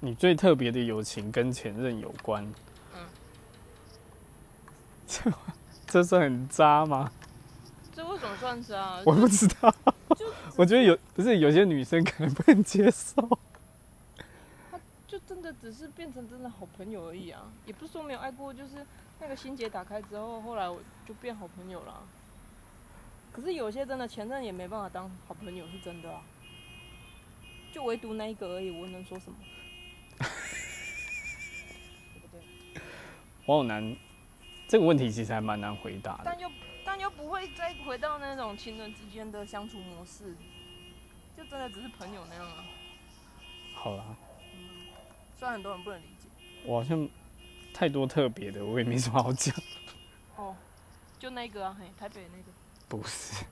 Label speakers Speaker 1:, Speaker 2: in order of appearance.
Speaker 1: 你最特别的友情跟前任有关。
Speaker 2: 嗯
Speaker 1: 这这算很渣吗？
Speaker 2: 这为什么算是啊？
Speaker 1: 我不知道，
Speaker 2: 就
Speaker 1: 我觉得有不是有些女生可能不能接受。
Speaker 2: 就真的只是变成真的好朋友而已啊，也不是说没有爱过，就是那个心结打开之后，后来我就变好朋友了啊。可是有些真的前任也没办法当好朋友，是真的啊。就唯独那一个而已，我能说什么？对不对？
Speaker 1: 我好难，这个问题其实还蛮难回答的。
Speaker 2: 但又但又不会再回到那种情人之间的相处模式，就真的只是朋友那样啊。
Speaker 1: 好啦，
Speaker 2: 虽然很多人不能理解。
Speaker 1: 我好像太多特别的，我也没什么好讲。
Speaker 2: 哦，就那个啊，嘿，台北那个。
Speaker 1: 不是，